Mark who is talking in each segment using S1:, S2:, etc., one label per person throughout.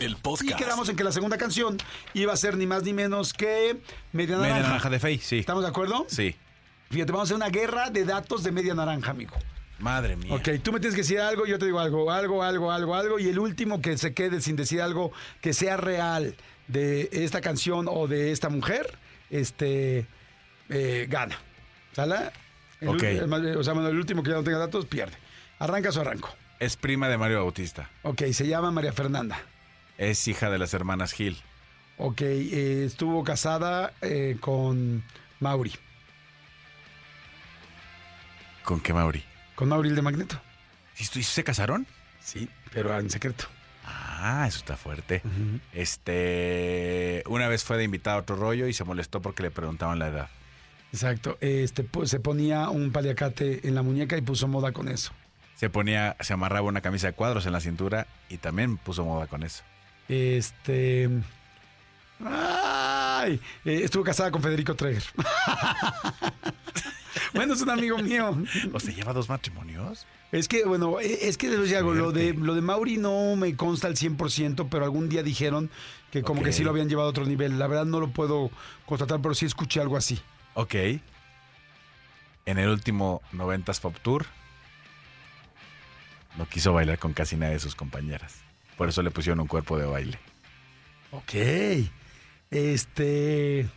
S1: el
S2: Y
S1: podcast.
S2: quedamos en que la segunda canción iba a ser ni más ni menos que Media Naranja.
S3: Media naranja de Fey, sí.
S2: ¿Estamos de acuerdo?
S3: Sí.
S2: Fíjate, vamos a hacer una guerra de datos de Media Naranja, amigo.
S3: Madre mía.
S2: Ok, tú me tienes que decir algo, yo te digo algo, algo, algo, algo, algo. Y el último que se quede sin decir algo que sea real de esta canción o de esta mujer, este, eh, gana. ¿Sala? El
S3: Ok.
S2: ul- el más- o sea, bueno, el último que ya no tenga datos pierde. ¿Arrancas o arranco?
S3: Es prima de Mario Bautista.
S2: Ok, se llama María Fernanda.
S3: Es hija de las hermanas Gil.
S2: Ok, eh, estuvo casada eh, con Mauri,
S3: ¿Con qué Mauri?
S2: con Mauri el de Magneto.
S3: ¿Y tú- y se casaron?
S2: Sí, pero en secreto.
S3: Ah, eso está fuerte. Este. Una vez fue de invitada a otro rollo y se molestó porque le preguntaban la edad.
S2: Exacto. Este, pu- se ponía un paliacate en la muñeca y puso moda con eso.
S3: Se ponía, se amarraba una camisa de cuadros en la cintura y también puso moda con eso.
S2: Este. Ay, eh, estuvo casada con Federico Treger. bueno, es un amigo mío.
S3: O sea, lleva dos matrimonios.
S2: Es que, bueno, eh, es que les voy a decir algo. Lo de,
S3: Fuerte.
S2: lo de Mauri no me consta al 100%, pero algún día dijeron que como que sí
S3: Ok.
S2: lo habían llevado a otro nivel. La verdad no lo puedo constatar, pero sí escuché algo así.
S3: Ok. En el último 90s Pop Tour, no quiso bailar con casi nadie de sus compañeras. Por eso le pusieron un cuerpo de baile.
S2: Ok. Este.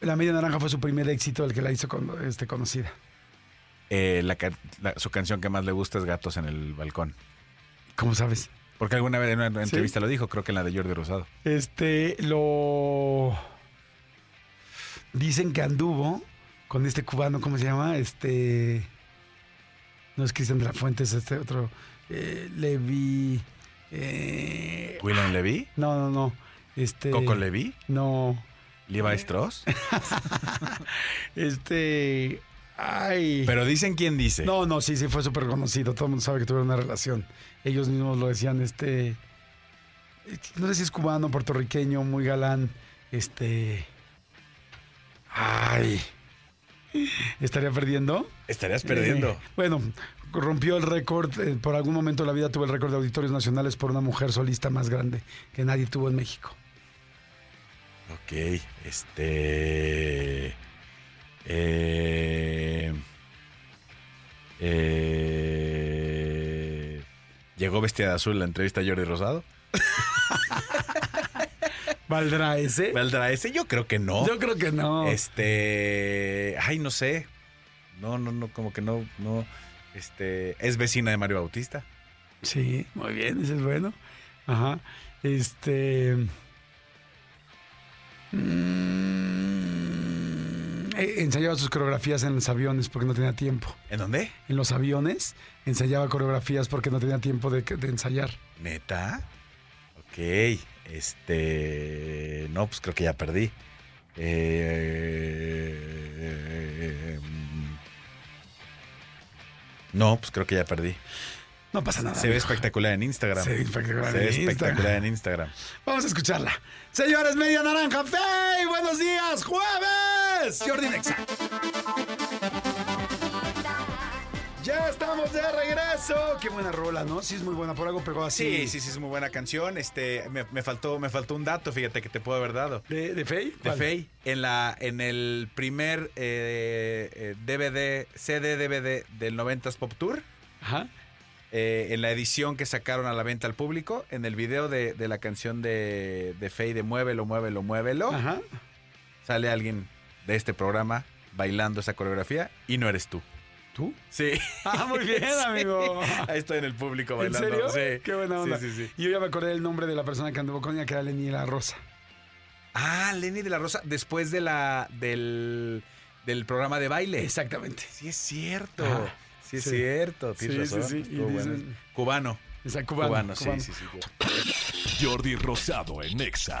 S2: La media naranja fue su primer éxito, el que la hizo con- este, conocida.
S3: Eh, la ca- la- su canción que más le gusta es Gatos en el Balcón.
S2: ¿Cómo sabes?
S3: Porque alguna vez en una
S2: ¿Sí?
S3: entrevista lo dijo, creo que en la de Jordi Rosado.
S2: Este, lo. Dicen que anduvo con este cubano, ¿cómo se llama? Este. No es Cristian de la Fuente, es este otro. eh, Levi. eh,
S3: Willem Levy,
S2: no, no, no. Este.
S3: Coco Levy,
S2: No.
S3: Levi Strauss.
S2: Este. Ay.
S3: Pero dicen quién dice.
S2: No, no, sí, sí, fue súper conocido. Todo el mundo sabe que tuvieron una relación. Ellos mismos lo decían, este. eh, No sé si es cubano, puertorriqueño, muy galán. Este. Ay. ¿Estaría perdiendo?
S3: Estarías perdiendo.
S2: Eh, bueno, rompió el récord. eh, por algún momento de la vida tuvo el récord de auditorios nacionales por una mujer solista más grande que nadie tuvo en México.
S3: Ok, este. eh, eh, Llegó vestida de azul la entrevista a Jordi Rosado.
S2: ¿Valdrá ese?
S3: ¿Valdrá ese? Yo creo que no. Eh,
S2: Yo creo que no.
S3: Este. Ay, no sé. No, no, no, como que no, no. Este. Es vecina de Mario Bautista.
S2: Sí, muy bien, ese es bueno. Ajá. Este. mm, eh, Ensayaba sus coreografías en los aviones porque no tenía tiempo.
S3: ¿En dónde?
S2: En los aviones ensayaba coreografías porque no tenía tiempo de, de ensayar.
S3: Neta. Ok. Este. No, pues creo que ya perdí. Eh, No, pues creo que ya perdí.
S2: No pasa nada.
S3: Se ve
S2: amigo.
S3: espectacular en Instagram.
S2: Se ve espectacular
S3: Se
S2: en
S3: ve
S2: Instagram.
S3: espectacular en Instagram.
S2: Vamos a escucharla. Señores, media naranja. ¡Fey! ¡Buenos días! ¡Jueves! Jordi Nexa. Ya estamos de regreso. Qué buena rola, ¿no? Sí, es muy buena. Por algo pegó así.
S3: Sí, sí, sí, es muy buena canción. Este, me, me faltó, me faltó un dato, fíjate que te puedo haber dado.
S2: ¿De, de Fey?
S3: De
S2: ¿Cuál?
S3: Fey, en la, en el primer eh, eh, DVD, CD DVD del 90s Pop Tour,
S2: Ajá.
S3: eh, en la edición que sacaron a la venta al público, en el video de, de la canción de, de Fey de Muévelo, Muévelo, Muévelo,
S2: Ajá.
S3: sale alguien de este programa bailando esa coreografía y no eres tú.
S2: ¿Tú?
S3: Sí.
S2: Ah, muy bien, amigo.
S3: Ahí estoy en el público
S2: ¿En serio?
S3: bailando. Sí.
S2: Qué buena onda.
S3: Sí, sí, sí.
S2: Yo ya me acordé del nombre de la persona que anduvo con ella, que era Lenny La Rosa.
S3: Ah, Lenny de la Rosa, después de la, del, del programa de baile.
S2: Exactamente.
S3: Sí es cierto.
S2: Ajá.
S3: Sí es
S2: Ah, Sí.
S3: cierto. tienes
S2: Sí, sí,
S3: razón,
S2: sí, y
S3: estuvo
S2: dices-
S3: bueno. Cubano.
S2: Esa
S3: Cubano.
S2: cubana.
S3: sí, sí, sí.
S1: Jordi Rosado en Exa.